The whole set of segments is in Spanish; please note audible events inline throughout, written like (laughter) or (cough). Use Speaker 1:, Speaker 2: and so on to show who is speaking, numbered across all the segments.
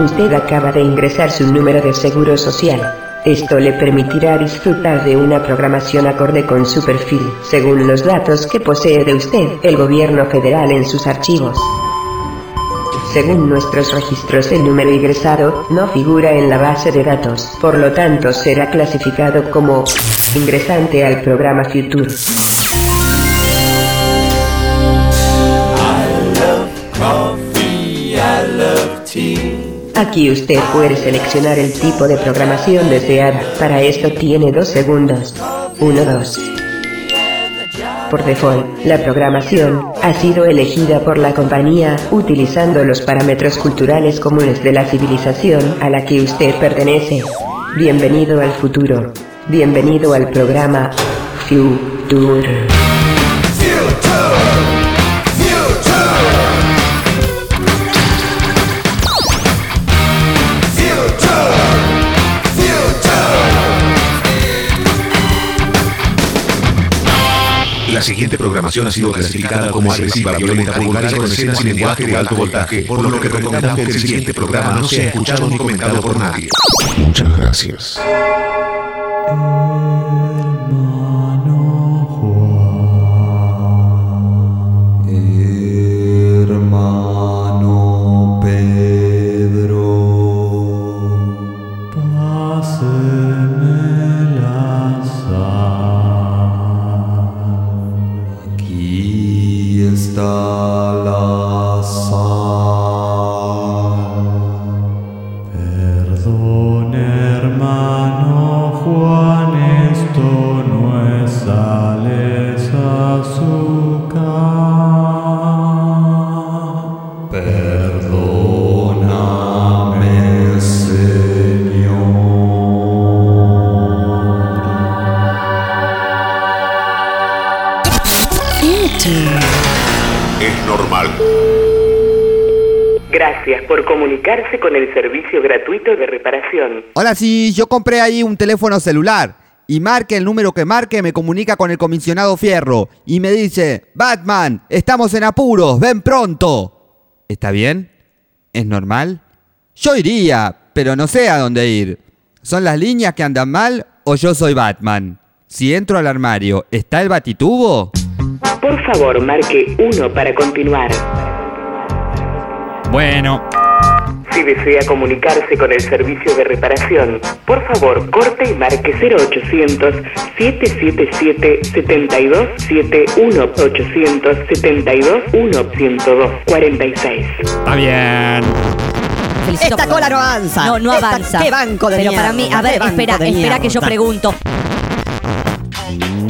Speaker 1: Usted acaba de ingresar su número de seguro social. Esto le permitirá disfrutar de una programación acorde con su perfil, según los datos que posee de usted el gobierno federal en sus archivos. Según nuestros registros, el número ingresado no figura en la base de datos, por lo tanto será clasificado como ingresante al programa Future. Aquí usted puede seleccionar el tipo de programación deseada. Para esto tiene dos segundos. Uno, dos. Por default, la programación ha sido elegida por la compañía utilizando los parámetros culturales comunes de la civilización a la que usted pertenece. Bienvenido al futuro. Bienvenido al programa Future.
Speaker 2: La siguiente programación ha sido clasificada como agresiva, violenta, vulgar y con escenas y lenguaje de alto voltaje, por lo que recomendamos que el siguiente programa no sea escuchado ni comentado por nadie. Muchas gracias.
Speaker 3: Hermano Pedro, páseme la sal. Aquí está la sal. Perdón, hermano Juan, esto no es sal, es azúcar. Perdóname, Señor.
Speaker 2: Es normal.
Speaker 4: Gracias por comunicarse con el servicio gratuito de reparación.
Speaker 5: Hola, sí, yo compré ahí un teléfono celular. Y marque el número que marque, me comunica con el comisionado Fierro. Y me dice, Batman, estamos en apuros, ven pronto. ¿Está bien? ¿Es normal? Yo iría, pero no sé a dónde ir. ¿Son las líneas que andan mal o yo soy Batman? Si entro al armario, ¿está el batitubo?
Speaker 4: Por favor, marque 1 para continuar.
Speaker 5: Bueno,
Speaker 4: Si desea comunicarse con el servicio de reparación, por favor, corte y marque 0800 777 7271 800 721 102 46.
Speaker 5: está bien.
Speaker 6: Felicito
Speaker 7: Esta
Speaker 6: por-
Speaker 7: cola no avanza.
Speaker 6: No, no
Speaker 7: Esta-
Speaker 6: avanza.
Speaker 7: qué banco de
Speaker 6: Pero
Speaker 7: mierda,
Speaker 6: para mí, a
Speaker 7: qué
Speaker 6: ver,
Speaker 7: banco
Speaker 6: espera,
Speaker 7: de
Speaker 6: espera que yo
Speaker 7: mierda.
Speaker 6: pregunto.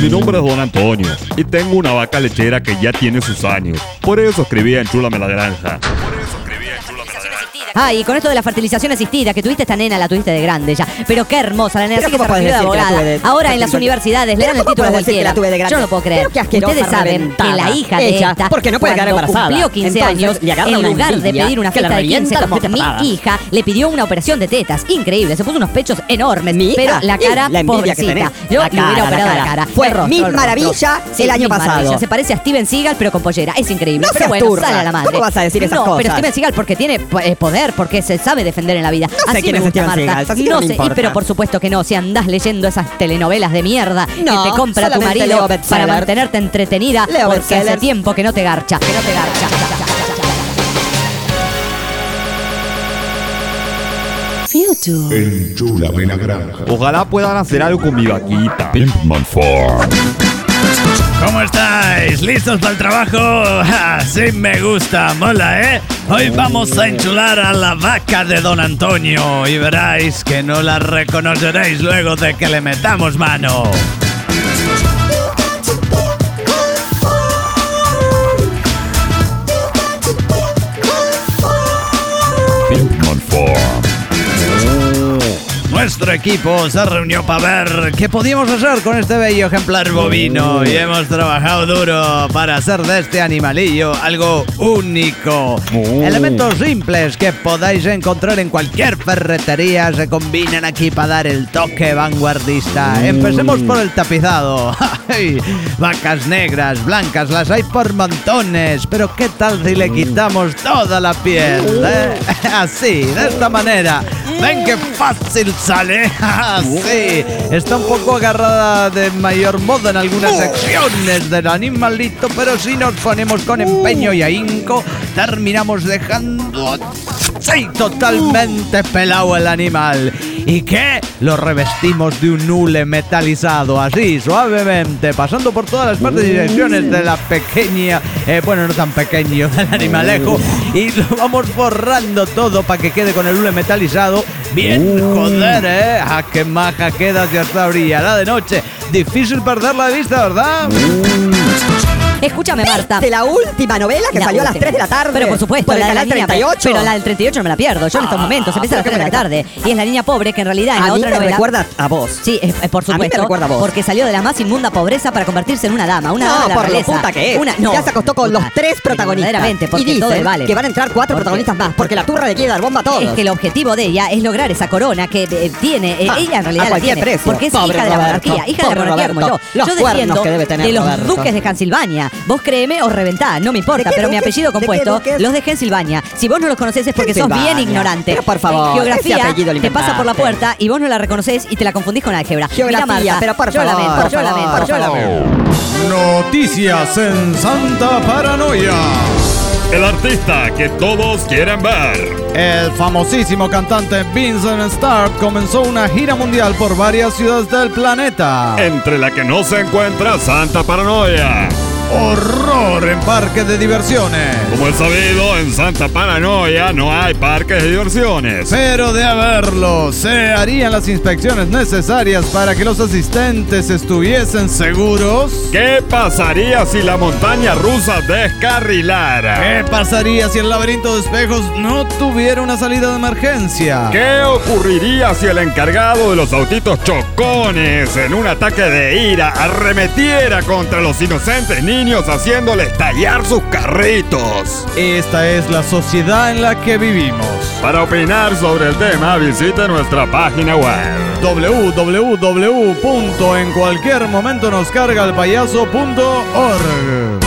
Speaker 8: Mi nombre es Don Antonio y tengo una vaca lechera que ya tiene sus años. Por eso escribí en Chúlame la Granja.
Speaker 6: Ay, Ah, y con esto de la fertilización asistida, que tuviste esta nena, la tuviste de grande ya. Pero qué hermosa, la nena
Speaker 7: Pero
Speaker 6: sigue
Speaker 7: ¿cómo
Speaker 6: se
Speaker 7: podés
Speaker 6: recibió de
Speaker 7: decir que la
Speaker 6: abogada.
Speaker 7: tuve de-
Speaker 6: Ahora en las
Speaker 7: Pero
Speaker 6: universidades le dan el
Speaker 7: ¿cómo
Speaker 6: título a
Speaker 7: podés decir que
Speaker 6: cualquiera.
Speaker 7: la tuve de grande?
Speaker 6: Yo no puedo creer.
Speaker 7: Pero qué asquerosa,
Speaker 6: Ustedes saben
Speaker 7: reventada.
Speaker 6: que la hija de
Speaker 7: Ella,
Speaker 6: esta,
Speaker 7: porque no puede quedar
Speaker 6: cuando
Speaker 7: embarazada.
Speaker 6: cumplió 15
Speaker 7: Entonces,
Speaker 6: años,
Speaker 7: le agarra
Speaker 6: en
Speaker 7: una
Speaker 6: lugar de
Speaker 7: envidia
Speaker 6: pedir una
Speaker 7: que
Speaker 6: fiesta
Speaker 7: la
Speaker 6: de
Speaker 7: revienta
Speaker 6: 15
Speaker 7: las
Speaker 6: como
Speaker 7: tetas
Speaker 6: mi
Speaker 7: patadas.
Speaker 6: hija, le pidió una operación de tetas. Increíble, se puso unos pechos enormes.
Speaker 7: Mi hija,
Speaker 6: pero la cara,
Speaker 7: la envidia que
Speaker 6: pobrecita.
Speaker 7: tenés.
Speaker 6: Yo
Speaker 7: La
Speaker 6: me hubiera
Speaker 7: cara, la
Speaker 6: operado la
Speaker 7: cara.
Speaker 6: cara.
Speaker 7: Fue
Speaker 6: El rostro,
Speaker 7: Miss
Speaker 6: el rostro.
Speaker 7: Maravilla el año
Speaker 6: Miss
Speaker 7: pasado.
Speaker 6: Maravilla. Se parece a Steven Seagal, pero con pollera. Es increíble.
Speaker 7: No
Speaker 6: pero
Speaker 7: seas
Speaker 6: bueno,
Speaker 7: turra.
Speaker 6: sale a la madre.
Speaker 7: ¿Cómo vas a decir esas
Speaker 6: no, pero
Speaker 7: cosas?
Speaker 6: Steven Seagal porque tiene eh, poder, porque se sabe defender en la vida.
Speaker 7: sé
Speaker 6: Así
Speaker 7: quién
Speaker 6: me
Speaker 7: es
Speaker 6: gusta
Speaker 7: Steven
Speaker 6: Marta.
Speaker 7: Seagal, así que
Speaker 6: no
Speaker 7: no me
Speaker 6: sé, y
Speaker 7: importa.
Speaker 6: pero por supuesto que no. Si andás leyendo esas telenovelas de mierda
Speaker 7: No,
Speaker 6: que te compra tu
Speaker 7: solamente
Speaker 6: marido
Speaker 7: leo bestsellers.
Speaker 6: para mantenerte entretenida,
Speaker 7: Leo
Speaker 6: porque hace
Speaker 7: bestsellers.
Speaker 6: tiempo que no te garcha, que no te garcha.
Speaker 2: En Chúlame la Granja.
Speaker 8: Ojalá puedan hacer algo con mi vaquita.
Speaker 9: ¿Cómo estáis? ¿Listos para el trabajo? (laughs) Ja, sí me gusta, mola, ¿eh? Hoy vamos a enchular a la vaca de Don Antonio y veráis que no la reconoceréis luego de que le metamos mano. No es
Speaker 7: nuestro equipo se reunió para ver qué podíamos hacer con este bello ejemplar bovino y hemos trabajado duro para hacer de este animalillo algo único.
Speaker 8: Oh.
Speaker 7: Elementos simples que podáis encontrar en cualquier ferretería se combinan aquí para dar el toque vanguardista. Empecemos por el tapizado. (laughs) Ay, Vacas negras, blancas, las hay por montones, pero ¿qué tal si le quitamos toda la piel? eh? (laughs) Así, de esta manera. Ven qué fácil sale. (laughs) Así. Está un poco agarrada de mayor modo en algunas secciones del animalito, pero si nos ponemos con empeño y ahínco, terminamos dejando Sí, totalmente pelado el animal. ¿Y qué? Lo revestimos de un hule metalizado, así, suavemente, pasando por todas las partes y direcciones de la pequeña, eh, bueno, no tan pequeño, (laughs) del animalejo. Y lo vamos borrando todo para que quede con el hule metalizado. Bien, joder, ¿eh? A qué maja queda si hasta brillará de noche. Difícil perder la vista, ¿verdad?
Speaker 6: Escúchame, Marta.
Speaker 1: De la última novela que
Speaker 6: La
Speaker 1: salió a las
Speaker 6: última.
Speaker 1: 3 de la tarde.
Speaker 6: Pero por supuesto,
Speaker 1: Por el
Speaker 6: la de la
Speaker 1: canal
Speaker 6: niña,
Speaker 1: 38.
Speaker 6: Pero la del 38 no me la pierdo. Yo en estos momentos empieza a las
Speaker 1: Ah, pero
Speaker 6: 3 de la tarde. Y es la niña pobre que en realidad en
Speaker 1: a
Speaker 6: la
Speaker 1: mí
Speaker 6: otra
Speaker 1: me
Speaker 6: novela.
Speaker 1: recuerda a vos.
Speaker 6: Sí, es- es por
Speaker 1: A mí me
Speaker 6: supuesto.
Speaker 1: recuerda a vos.
Speaker 6: Porque salió de la más inmunda pobreza para convertirse en una dama, una dama
Speaker 1: no,
Speaker 6: de la
Speaker 1: por lo
Speaker 6: realeza.
Speaker 1: puta que es.
Speaker 6: Una, no,
Speaker 1: ya se acostó con
Speaker 6: puta.
Speaker 1: los tres protagonistas.
Speaker 6: Verdaderamente, porque
Speaker 1: y dicen
Speaker 6: todo le vale.
Speaker 1: que van a entrar cuatro
Speaker 6: Porque-
Speaker 1: protagonistas más, porque la turra le quiere dar bomba a todos.
Speaker 6: Es que el objetivo de ella es lograr esa corona que eh, tiene. eh,
Speaker 1: Ah,
Speaker 6: ella en realidad
Speaker 1: a
Speaker 6: la
Speaker 1: cualquier
Speaker 6: tiene.
Speaker 1: precio.
Speaker 6: Porque es
Speaker 1: Pobre
Speaker 6: hija de la
Speaker 1: Roberto,
Speaker 6: monarquía, hija de la
Speaker 1: pobre
Speaker 6: monarquía como yo.
Speaker 1: Roberto, los
Speaker 6: yo
Speaker 1: cuernos
Speaker 6: defiendo
Speaker 1: que debe tener
Speaker 6: de los
Speaker 1: Roberto.
Speaker 6: duques de Transilvania. Vos créeme o reventá, no me importa,
Speaker 1: ¿De qué
Speaker 6: pero mi
Speaker 1: duques? ¿De
Speaker 6: apellido
Speaker 1: qué
Speaker 6: compuesto
Speaker 1: duques?
Speaker 6: los de Transilvania. Si vos no los conocés es porque sos bien
Speaker 1: Transilvania.
Speaker 6: ignorante.
Speaker 1: Pero por favor,
Speaker 6: En
Speaker 1: ese
Speaker 6: Geografía
Speaker 1: apellido lo
Speaker 6: te pasa por la
Speaker 1: inventaste.
Speaker 6: puerta y vos no la reconocés y te la confundís con álgebra. Mira,
Speaker 1: Geografía,
Speaker 6: Marta,
Speaker 1: pero por
Speaker 6: yo
Speaker 1: favor,
Speaker 6: lamento,
Speaker 1: por
Speaker 6: yo
Speaker 1: favor,
Speaker 6: lamento,
Speaker 1: por
Speaker 6: yo
Speaker 1: favor.
Speaker 6: lamento.
Speaker 10: Noticias en Santa Paranoia.
Speaker 8: El artista que todos quieren ver.
Speaker 10: El famosísimo cantante Vincent Starr comenzó una gira mundial por varias ciudades del planeta.
Speaker 8: Entre la que no se encuentra Santa Paranoia.
Speaker 10: Horror en parques de diversiones.
Speaker 8: Como es sabido, en Santa Paranoia no hay parques de diversiones.
Speaker 10: Pero de haberlo, se harían las inspecciones necesarias para que los asistentes estuviesen seguros.
Speaker 8: ¿Qué pasaría si la montaña rusa descarrilara?
Speaker 10: ¿Qué pasaría si el laberinto de espejos no tuviera una salida de emergencia?
Speaker 8: ¿Qué ocurriría si el encargado de los autitos chocones en un ataque de ira arremetiera contra los inocentes niños haciéndoles tallar sus carritos?
Speaker 10: Esta es la sociedad en la que vivimos.
Speaker 8: Para opinar sobre el tema, visite nuestra página web.
Speaker 10: www.encualquiermomentonoscargaelpayaso.org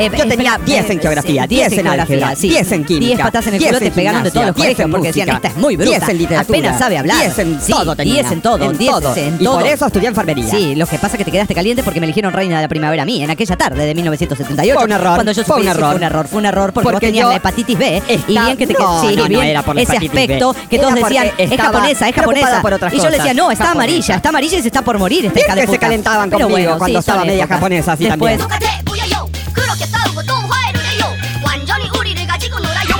Speaker 6: Eh,
Speaker 1: Yo tenía
Speaker 6: espera,
Speaker 1: 10 en
Speaker 6: eh,
Speaker 1: geografía,
Speaker 6: sí,
Speaker 1: 10 en álgebra, 10 en química,
Speaker 6: 10 patas en el
Speaker 1: 10
Speaker 6: culo te
Speaker 1: en
Speaker 6: pegaron de todos los
Speaker 1: gimnasia, 10
Speaker 6: colegios
Speaker 1: en
Speaker 6: porque decían,
Speaker 1: música,
Speaker 6: esta es muy bruta,
Speaker 1: 10 en literatura,
Speaker 6: apenas sabe hablar.
Speaker 1: 10 en
Speaker 6: Sí,
Speaker 1: todo tenía,
Speaker 6: 10 en todo,
Speaker 1: en
Speaker 6: 10
Speaker 1: todo.
Speaker 6: en
Speaker 1: Y por
Speaker 6: todo.
Speaker 1: eso estudié enfermería.
Speaker 6: Sí, lo que pasa es que te quedaste caliente porque me eligieron reina de la primavera a mí en aquella tarde de 1978.
Speaker 1: Fue un error,
Speaker 6: Cuando yo
Speaker 1: fue
Speaker 6: supe
Speaker 1: un
Speaker 6: eso,
Speaker 1: error.
Speaker 6: Fue un error, fue un error porque, vos
Speaker 1: Porque
Speaker 6: tenías
Speaker 1: yo
Speaker 6: la hepatitis B y
Speaker 1: Esta-
Speaker 6: bien que te
Speaker 1: no,
Speaker 6: sí,
Speaker 1: no,
Speaker 6: bien,
Speaker 1: no, era por la
Speaker 6: ese
Speaker 1: hepatitis B.
Speaker 6: aspecto que
Speaker 1: Era
Speaker 6: todos decían,
Speaker 1: porque
Speaker 6: es
Speaker 1: estaba
Speaker 6: japonesa, es japonesa.
Speaker 1: preocupada por otras
Speaker 6: y yo le decía,
Speaker 1: cosas,
Speaker 6: no, está
Speaker 1: japonesa".
Speaker 6: amarilla, está amarilla y se está por morir esta
Speaker 1: Bien
Speaker 6: hija de
Speaker 1: que se
Speaker 6: puta.
Speaker 1: calentaban
Speaker 6: Pero
Speaker 1: conmigo
Speaker 6: bueno,
Speaker 1: cuando
Speaker 6: sí,
Speaker 1: estaba
Speaker 6: son
Speaker 1: media
Speaker 6: épocas.
Speaker 1: japonesa así
Speaker 6: Después,
Speaker 1: también.
Speaker 11: 不要有，그렇게 싸우고 또 화해를 해요. 완전히 우리를 가지고 놀아요.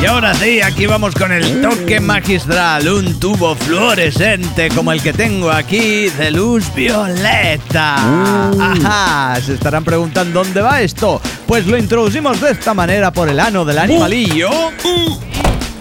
Speaker 7: Y ahora sí, aquí vamos con el toque magistral, un tubo fluorescente como el que tengo aquí de luz violeta. Ajá, se estarán preguntando dónde va esto. Pues lo introducimos de esta manera por el ano del animalillo.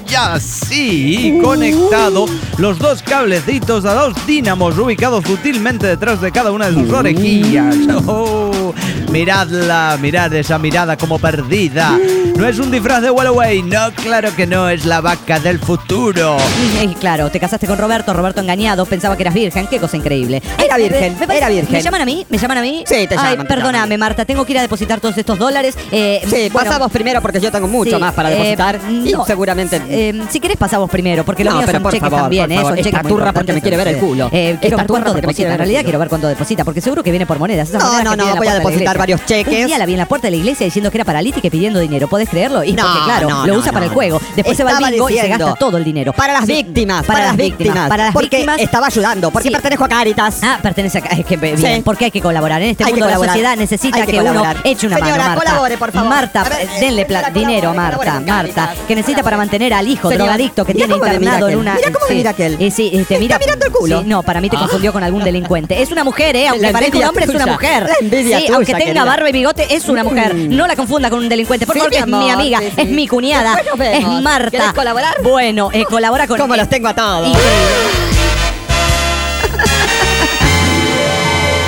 Speaker 7: Y así conectado los dos cablecitos a dos dínamos ubicados sutilmente detrás de cada una de sus orejillas. (laughs) Oh, miradla, mirad esa mirada como perdida. No es un disfraz de Walloway, no, claro que no, es la vaca del futuro.
Speaker 6: (laughs) Eh, claro, te casaste con Roberto, Roberto engañado, pensaba que eras virgen, qué cosa increíble. Ay,
Speaker 1: Era
Speaker 6: me-
Speaker 1: virgen,
Speaker 6: me parece-
Speaker 1: era virgen.
Speaker 6: ¿Me llaman a mí? ¿Me llaman a mí?
Speaker 1: Sí, te
Speaker 6: Ay,
Speaker 1: llaman, te
Speaker 6: perdóname,
Speaker 1: llaman.
Speaker 6: Marta, tengo que ir a depositar todos estos dólares. Eh,
Speaker 1: Sí,
Speaker 6: bueno,
Speaker 1: pasamos primero porque yo tengo mucho
Speaker 6: sí,
Speaker 1: más para
Speaker 6: eh,
Speaker 1: depositar y
Speaker 6: no,
Speaker 1: seguramente...
Speaker 6: eh, si querés, pasamos primero, porque los
Speaker 1: No,
Speaker 6: míos
Speaker 1: pero
Speaker 6: son
Speaker 1: por
Speaker 6: cheques
Speaker 1: favor,
Speaker 6: también,
Speaker 1: por
Speaker 6: eh,
Speaker 1: favor.
Speaker 6: son cheques
Speaker 1: Esta
Speaker 6: muy
Speaker 1: turra porque me
Speaker 6: importantes,
Speaker 1: quiere ver el
Speaker 6: sí.
Speaker 1: culo.
Speaker 6: Eh, quiero
Speaker 1: Esta
Speaker 6: ver
Speaker 1: turra
Speaker 6: cuánto
Speaker 1: porque me quiere ver
Speaker 6: deposita. En
Speaker 1: el
Speaker 6: realidad
Speaker 1: culo.
Speaker 6: quiero ver cuánto deposita, porque seguro que viene por monedas. esas
Speaker 1: No,
Speaker 6: monedas
Speaker 1: no,
Speaker 6: que
Speaker 1: no,
Speaker 6: pide la
Speaker 1: voy a
Speaker 6: puerta de la
Speaker 1: depositar
Speaker 6: iglesia.
Speaker 1: varios cheques.
Speaker 6: Un día la vi en la puerta de la iglesia diciendo que era paralítica y pidiendo dinero. ¿Podés creerlo? Y
Speaker 1: No,
Speaker 6: porque, claro,
Speaker 1: no,
Speaker 6: lo
Speaker 1: no,
Speaker 6: usa para
Speaker 1: no,
Speaker 6: el juego.
Speaker 1: no.
Speaker 6: Después se va al
Speaker 1: Estaba
Speaker 6: bingo y se
Speaker 1: diciendo,
Speaker 6: gasta todo el dinero.
Speaker 1: Para las
Speaker 6: Sí,
Speaker 1: víctimas, para, las víctimas,
Speaker 6: Para las
Speaker 1: porque
Speaker 6: víctimas.
Speaker 1: estaba ayudando, porque
Speaker 6: Sí.
Speaker 1: pertenezco a Caritas.
Speaker 6: Ah, pertenece a... Es que bien,
Speaker 1: Sí.
Speaker 6: porque hay que colaborar. En este
Speaker 1: Hay que
Speaker 6: mundo la
Speaker 1: colaborar.
Speaker 6: sociedad necesita
Speaker 1: Hay
Speaker 6: que,
Speaker 1: que
Speaker 6: uno
Speaker 1: colaborar.
Speaker 6: eche una
Speaker 1: Señora,
Speaker 6: mano, Marta.
Speaker 1: colabore, por favor.
Speaker 6: Marta,
Speaker 1: A ver,
Speaker 6: eh, denle pla-
Speaker 1: señora,
Speaker 6: dinero a
Speaker 1: colabore,
Speaker 6: Marta,
Speaker 1: colabore,
Speaker 6: Marta,
Speaker 1: Caritas.
Speaker 6: que necesita para mantener al hijo
Speaker 1: Señora,
Speaker 6: drogadicto que
Speaker 1: mira
Speaker 6: tiene
Speaker 1: cómo me mira
Speaker 6: internado en
Speaker 1: aquel,
Speaker 6: una...
Speaker 1: mira cómo me
Speaker 6: sí.
Speaker 1: mira aquel.
Speaker 6: Y sí, y te
Speaker 1: Me
Speaker 6: mira...
Speaker 1: está mirando el culo. Ah.
Speaker 6: Sí, no, para mí te confundió con algún delincuente. Es una mujer, ¿eh? Aunque
Speaker 1: (laughs) La
Speaker 6: parezca un
Speaker 1: envidia
Speaker 6: hombre, es una
Speaker 1: tuya.
Speaker 6: mujer.
Speaker 1: La envidia
Speaker 6: Sí,
Speaker 1: tuya Mm.
Speaker 6: aunque
Speaker 1: que
Speaker 6: tenga Carolina
Speaker 12: querida.
Speaker 6: Barba y Bigote es una mujer. No la confunda con un delincuente, por
Speaker 12: Sí,
Speaker 6: favor, que
Speaker 12: mi
Speaker 6: es mi
Speaker 12: amor,
Speaker 6: amiga,
Speaker 12: sí, sí.
Speaker 6: es mi cuñada,
Speaker 12: Después nos
Speaker 6: es
Speaker 12: vemos.
Speaker 6: Marta.
Speaker 12: ¿Querés colaborar?
Speaker 6: Bueno, eh, colabora con...
Speaker 12: Cómo los tengo a todos.
Speaker 6: Increíble.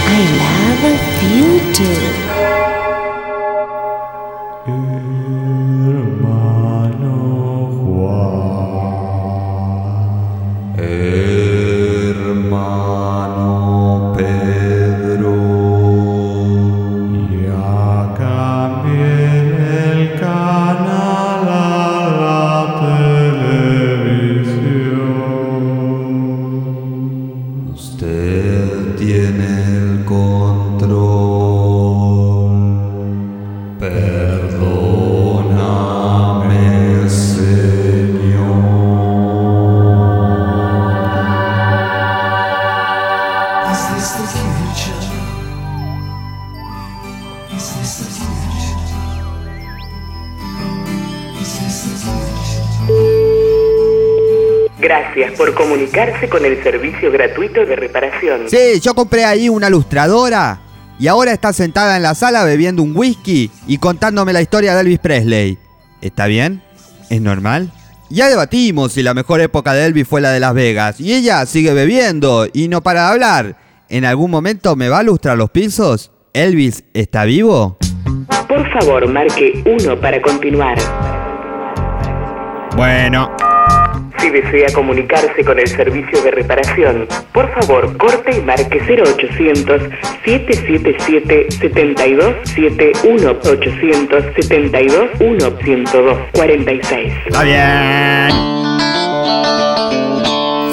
Speaker 6: I love you too.
Speaker 3: Hermano Pedro, ya cambié el canal a la televisión. Usted tiene el control. Perdóname, Señor.
Speaker 13: Is this the future? Is this the future? Is this the
Speaker 4: Gracias por comunicarse con el servicio gratuito de reparación.
Speaker 5: Sí, yo compré ahí una lustradora y ahora está sentada en la sala bebiendo un whisky y contándome la historia de Elvis Presley. ¿Está bien? ¿Es normal? Ya debatimos si la mejor época de Elvis fue la de Las Vegas y ella sigue bebiendo y no para de hablar. ¿En algún momento me va a lustrar los pisos? ¿Elvis está vivo?
Speaker 4: Por favor, marque 1 para continuar.
Speaker 5: Bueno.
Speaker 4: Si desea comunicarse con el servicio de reparación, por favor corte y marque 0800 777 7271 800 721 102 46.
Speaker 5: Está bien.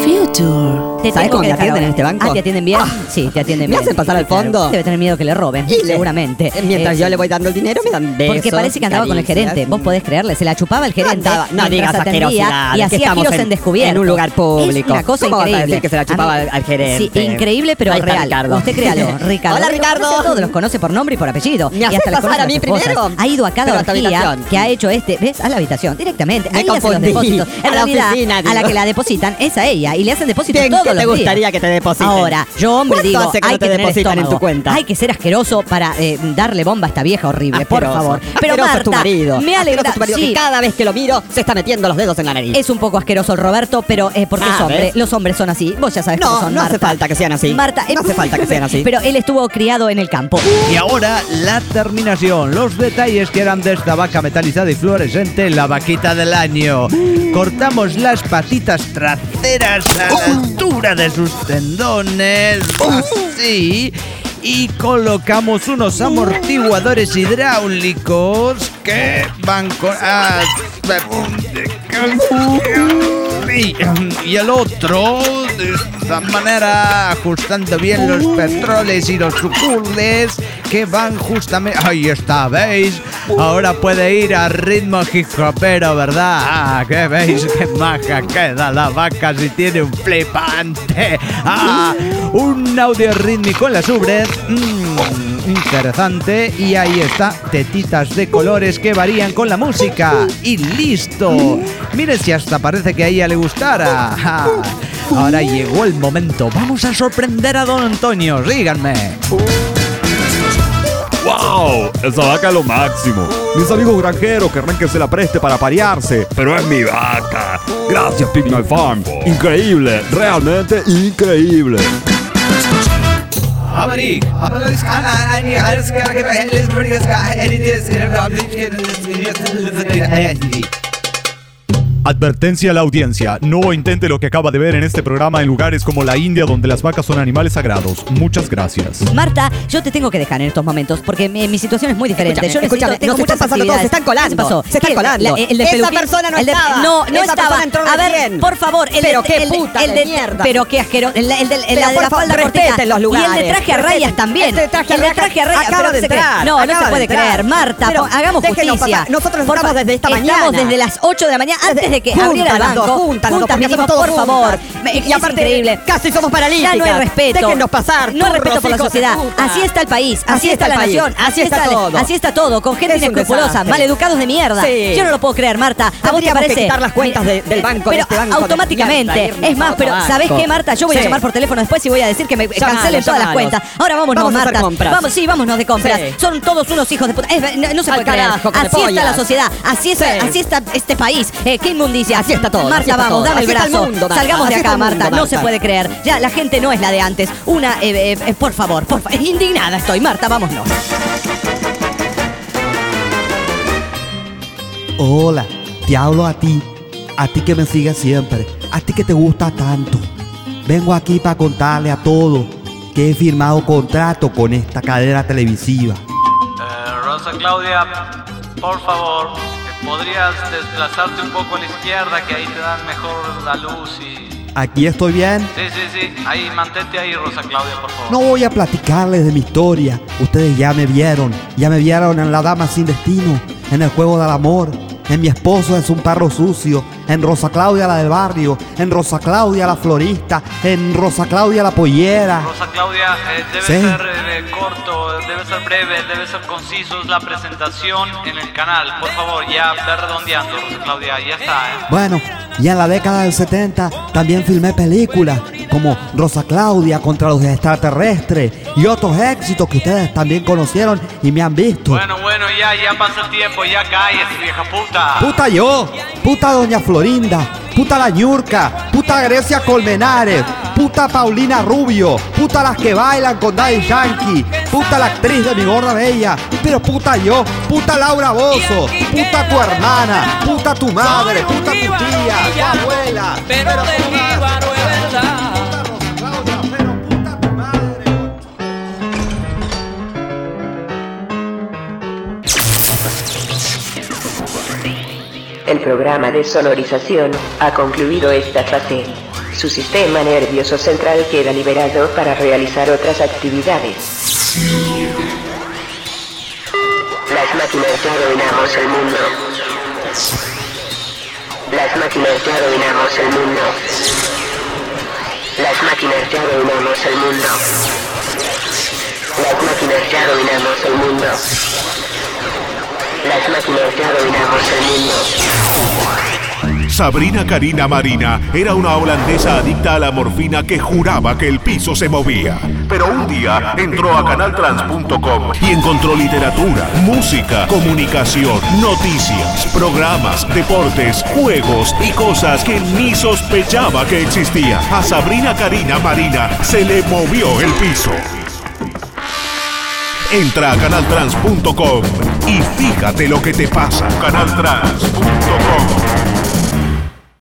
Speaker 6: Future.
Speaker 12: ¿Sabés cómo te atienden en este banco?
Speaker 6: Ah, ¿te atienden bien? Sí, te atienden
Speaker 12: ¿Me
Speaker 6: bien.
Speaker 12: hacen pasar al
Speaker 6: Claro,
Speaker 12: fondo?
Speaker 6: Debe tener miedo que le roben,
Speaker 12: Y le-
Speaker 6: seguramente.
Speaker 12: (laughs) Mientras
Speaker 6: Eh,
Speaker 12: yo le voy dando el dinero, me dan besos.
Speaker 6: Porque parece que andaba con el
Speaker 12: caricias.
Speaker 6: gerente. Vos podés creerle, se la chupaba el gerente.
Speaker 12: andaba- no
Speaker 6: mientras
Speaker 12: digas
Speaker 6: atendía
Speaker 12: asquerosidades,
Speaker 6: Y
Speaker 12: que
Speaker 6: hacía
Speaker 12: estamos
Speaker 6: giros
Speaker 12: en-
Speaker 6: en, descubierto.
Speaker 12: en un lugar
Speaker 6: Es
Speaker 12: público.
Speaker 6: una cosa
Speaker 12: ¿Cómo vas a
Speaker 6: increíble.
Speaker 12: decir que se la chupaba
Speaker 6: A
Speaker 12: al- al gerente?
Speaker 6: Sí, increíble, pero
Speaker 12: Ahí está
Speaker 6: real.
Speaker 12: Ricardo.
Speaker 6: Usted créalo,
Speaker 12: (laughs)
Speaker 6: Ricardo.
Speaker 12: Hola,
Speaker 6: Lo que pasa es que
Speaker 12: Ricardo.
Speaker 6: todos los conoce por nombre y por apellido.
Speaker 12: ¿Me
Speaker 6: y hasta
Speaker 12: hacés
Speaker 6: las
Speaker 12: pasar a
Speaker 6: conocen
Speaker 12: mí
Speaker 6: sus esposas.
Speaker 12: primero?
Speaker 6: Ha ido a cada
Speaker 12: Pero a tu
Speaker 6: orgía
Speaker 12: habitación.
Speaker 6: que ha hecho este. ¿Ves? A la habitación, directamente.
Speaker 12: Me
Speaker 6: Ahí le hacen los
Speaker 12: confundí.
Speaker 6: depósitos. En
Speaker 12: A la
Speaker 6: realidad,
Speaker 12: oficina,
Speaker 6: a la
Speaker 12: digo.
Speaker 6: que la depositan es a ella. Y le hacen depósitos
Speaker 12: ¿En
Speaker 6: todos
Speaker 12: qué
Speaker 6: los
Speaker 12: te
Speaker 6: días.
Speaker 12: gustaría que te depositen?
Speaker 6: Ahora, yo hombre
Speaker 12: ¿Cuánto
Speaker 6: digo,
Speaker 12: hace que
Speaker 6: hay
Speaker 12: no te
Speaker 6: que tener
Speaker 12: depositan en
Speaker 6: estómago.
Speaker 12: tu cuenta?
Speaker 6: Hay que ser asqueroso para eh, darle bomba a esta vieja horrible, por
Speaker 12: Asqueroso.
Speaker 6: favor. Pero
Speaker 12: Asqueroso
Speaker 6: Marta,
Speaker 12: es tu marido.
Speaker 6: me
Speaker 12: Asqueroso
Speaker 6: alegra.
Speaker 12: es tu marido,
Speaker 6: sí,
Speaker 12: que cada vez que lo miro se está metiendo los dedos en la nariz.
Speaker 6: es un poco asqueroso el Roberto, pero eh, porque es
Speaker 12: Ah,
Speaker 6: hombre.
Speaker 12: ¿ves?
Speaker 6: Los hombres son así. Vos ya sabés
Speaker 12: No,
Speaker 6: cómo son,
Speaker 12: no
Speaker 6: Marta.
Speaker 12: hace falta que sean así.
Speaker 6: Marta, eh,
Speaker 12: no hace falta que sean así.
Speaker 6: (laughs) Pero él estuvo criado en el campo.
Speaker 7: Y ahora la terminación, los detalles que eran de esta vaca metalizada y fluorescente, la vaquita del año. Cortamos las patitas traseras a la altura de sus tendones, así, y colocamos unos amortiguadores hidráulicos que van con... ah, y, y el otro, de esta manera, ajustando bien los petroles y los sucurles que van justamente. Ahí está, ¿veis? Ahora puede ir a ritmo hijopero, ¿verdad? Ah, que veis qué maja queda la vaca si tiene un flipante. Ah, un audio rítmico en las ubres. Mm, interesante. Y ahí está, tetitas de colores que varían con la música. Y listo. Miren si hasta parece que a ella le gustara. Ja. Ahora llegó el momento. Vamos a sorprender a don Antonio. Díganme.
Speaker 8: ¡Wow! Esa vaca es lo máximo.
Speaker 3: Mis amigos granjeros querrán que se la preste para parearse.
Speaker 8: Pero es mi vaca. Gracias, Pig My Farm. Increíble, realmente increíble.
Speaker 3: Advertencia a la audiencia, no intente lo que acaba de ver en este programa en lugares como la India donde las vacas son animales sagrados. Muchas gracias.
Speaker 6: Marta, yo te tengo que dejar en estos momentos porque mi, mi situación es muy diferente.
Speaker 12: Escúchame,
Speaker 6: yo necesito,
Speaker 12: escúchame,
Speaker 6: tengo
Speaker 12: nos
Speaker 6: muchas
Speaker 12: están pasando todos,
Speaker 6: actividades.
Speaker 12: se están colando,
Speaker 6: ¿Qué pasó?
Speaker 12: se están
Speaker 6: ¿Qué?
Speaker 12: colando.
Speaker 6: el de
Speaker 12: Esa
Speaker 6: Peluquín,
Speaker 12: persona no
Speaker 6: el de-
Speaker 12: estaba.
Speaker 6: No, no
Speaker 12: Esa
Speaker 6: estaba.
Speaker 12: persona entró
Speaker 6: a ver,
Speaker 12: recién.
Speaker 6: por favor, el
Speaker 12: Pero
Speaker 6: de-
Speaker 12: qué
Speaker 6: el de-
Speaker 12: puta
Speaker 6: el
Speaker 12: de
Speaker 6: de-
Speaker 12: mierda.
Speaker 6: Pero qué asquero, el, el de, el
Speaker 12: Pero,
Speaker 6: de
Speaker 12: por
Speaker 6: la
Speaker 12: favor,
Speaker 6: falda
Speaker 12: respeten
Speaker 6: cortita.
Speaker 12: los
Speaker 6: Y el
Speaker 12: lugares,
Speaker 6: de traje a
Speaker 12: respeten.
Speaker 6: rayas también.
Speaker 12: Este de traje a
Speaker 6: el de
Speaker 12: rayas
Speaker 6: traje a rayas.
Speaker 12: acaba
Speaker 6: pero
Speaker 12: de
Speaker 6: se cree.
Speaker 12: entrar,
Speaker 6: No, no
Speaker 12: acaba
Speaker 6: se puede
Speaker 12: de entrar.
Speaker 6: creer. Marta,
Speaker 12: Pero
Speaker 6: po- hagamos
Speaker 12: déjenos
Speaker 6: justicia.
Speaker 12: pasar. Nosotros
Speaker 6: Por
Speaker 12: estamos
Speaker 6: fa-
Speaker 12: desde esta
Speaker 6: Estamos
Speaker 12: mañana.
Speaker 6: desde las 8 de la mañana, antes de que
Speaker 5: Juntas
Speaker 6: abriera el
Speaker 5: las
Speaker 6: banco.
Speaker 5: dos, juntas las dos, porque
Speaker 6: vinimos
Speaker 5: hacemos todo
Speaker 6: juntas.
Speaker 5: por favor.
Speaker 6: Me-
Speaker 5: Y- y
Speaker 6: es
Speaker 5: aparte,
Speaker 6: increíble.
Speaker 5: casi somos paralíticas.
Speaker 6: Ya no hay respeto.
Speaker 5: Déjennos pasar,
Speaker 6: No hay
Speaker 5: turros,
Speaker 6: respeto por la
Speaker 5: hijos de
Speaker 6: sociedad.
Speaker 5: puta.
Speaker 6: Así está el país. Así, está, la
Speaker 5: país,
Speaker 6: nación.
Speaker 5: así está
Speaker 6: el-
Speaker 5: todo.
Speaker 6: Así está todo. Con gente
Speaker 5: Es un
Speaker 6: inescrupulosa,
Speaker 5: desastre.
Speaker 6: maleducados de mierda.
Speaker 5: Sí.
Speaker 6: Yo no lo puedo creer, Marta. ¿A vos te
Speaker 5: Tendríamos que
Speaker 6: parece? eh,
Speaker 5: quitar las cuentas de- del banco, de
Speaker 6: Pero
Speaker 5: este banco de
Speaker 6: automáticamente.
Speaker 5: mierda, irnos
Speaker 6: es más,
Speaker 5: a otro
Speaker 6: pero ¿sabés
Speaker 5: banco.
Speaker 6: qué, Marta? Yo voy a
Speaker 5: Sí.
Speaker 6: llamar por teléfono después y voy a decir que me
Speaker 5: Llamalo,
Speaker 6: cancelen todas las
Speaker 5: llamalos.
Speaker 6: cuentas. Ahora vámonos,
Speaker 5: Vamos a hacer
Speaker 6: Marta.
Speaker 5: compras.
Speaker 6: Vamos, sí, vámonos de compras.
Speaker 5: Sí.
Speaker 6: Son todos unos hijos de puta. Es- no, no se
Speaker 5: Al
Speaker 6: puede creer.
Speaker 5: carajo, come
Speaker 6: Así está
Speaker 5: pollas.
Speaker 6: la sociedad. Así está,
Speaker 5: Sí.
Speaker 6: así está este país. Eh, qué inmundicia. Así está
Speaker 5: todo,
Speaker 6: Marta,
Speaker 5: así está
Speaker 6: vamos,
Speaker 5: todo.
Speaker 6: dame el
Speaker 5: Así está
Speaker 6: brazo.
Speaker 5: el mundo, Marta.
Speaker 6: Salgamos de
Speaker 5: Así
Speaker 6: acá,
Speaker 5: está el
Speaker 6: Marta.
Speaker 5: mundo,
Speaker 6: No se
Speaker 5: Marta.
Speaker 6: puede creer. Ya, la gente no es la de antes. Una, eh, eh, eh, por favor, por favor. Indignada estoy, Marta, vámonos.
Speaker 14: Hola, te hablo a ti, a ti que me sigues siempre, a ti que te gusta tanto. Vengo aquí para contarle a todos que he firmado contrato con esta cadena televisiva.
Speaker 7: Eh, Rosa Claudia, por favor, ¿podrías desplazarte un poco a la izquierda que ahí te dan mejor la luz y...
Speaker 14: Aquí estoy bien.
Speaker 7: Sí, sí, sí, ahí mantente ahí, Rosa Claudia, por favor.
Speaker 14: No voy a platicarles de mi historia. Ustedes ya me vieron, ya me vieron en La Dama sin Destino, en El Juego del Amor, en mi esposo es un perro sucio, en Rosa Claudia la del barrio, en Rosa Claudia la florista, en Rosa Claudia la pollera.
Speaker 7: Rosa Claudia, eh, debe
Speaker 14: Sí.
Speaker 7: ser eh, corto, debe ser breve, debe ser conciso, es la presentación en el canal. Por favor, ya ve redondeando, Rosa Claudia, ya está, ¿eh?
Speaker 14: Bueno, y en la década del 70 también filmé películas como Rosa Claudia contra los extraterrestres y otros éxitos que ustedes también conocieron y me han visto.
Speaker 7: Bueno, bueno, ya, ya pasa el tiempo, ya cállate, vieja puta.
Speaker 14: Puta yo, puta Doña Florinda, puta la Ñurca, puta Grecia Colmenares, puta Paulina Rubio, puta las que bailan con Daddy Yankee, puta la actriz de mi gorda bella, pero puta yo, puta Laura Bozo, puta tu hermana, puta tu madre, puta tu tía, tu abuela, pero
Speaker 15: El programa de sonorización ha concluido esta fase. Su sistema nervioso central queda liberado para realizar otras actividades. Las máquinas ya dominamos el mundo. Las máquinas ya dominamos el mundo. Las máquinas ya dominamos el mundo. Las máquinas ya dominamos el mundo. Las máquinas ya dominamos el mundo.
Speaker 2: Sabrina Karina Marina era una holandesa adicta a la morfina que juraba que el piso se movía. Pero un día entró a canaltrans.com y encontró literatura, música, comunicación, noticias, programas, deportes, juegos y cosas que ni sospechaba que existían. A Sabrina Karina Marina se le movió el piso. Entra a canaltrans.com y fíjate lo que te pasa. Canaltrans.com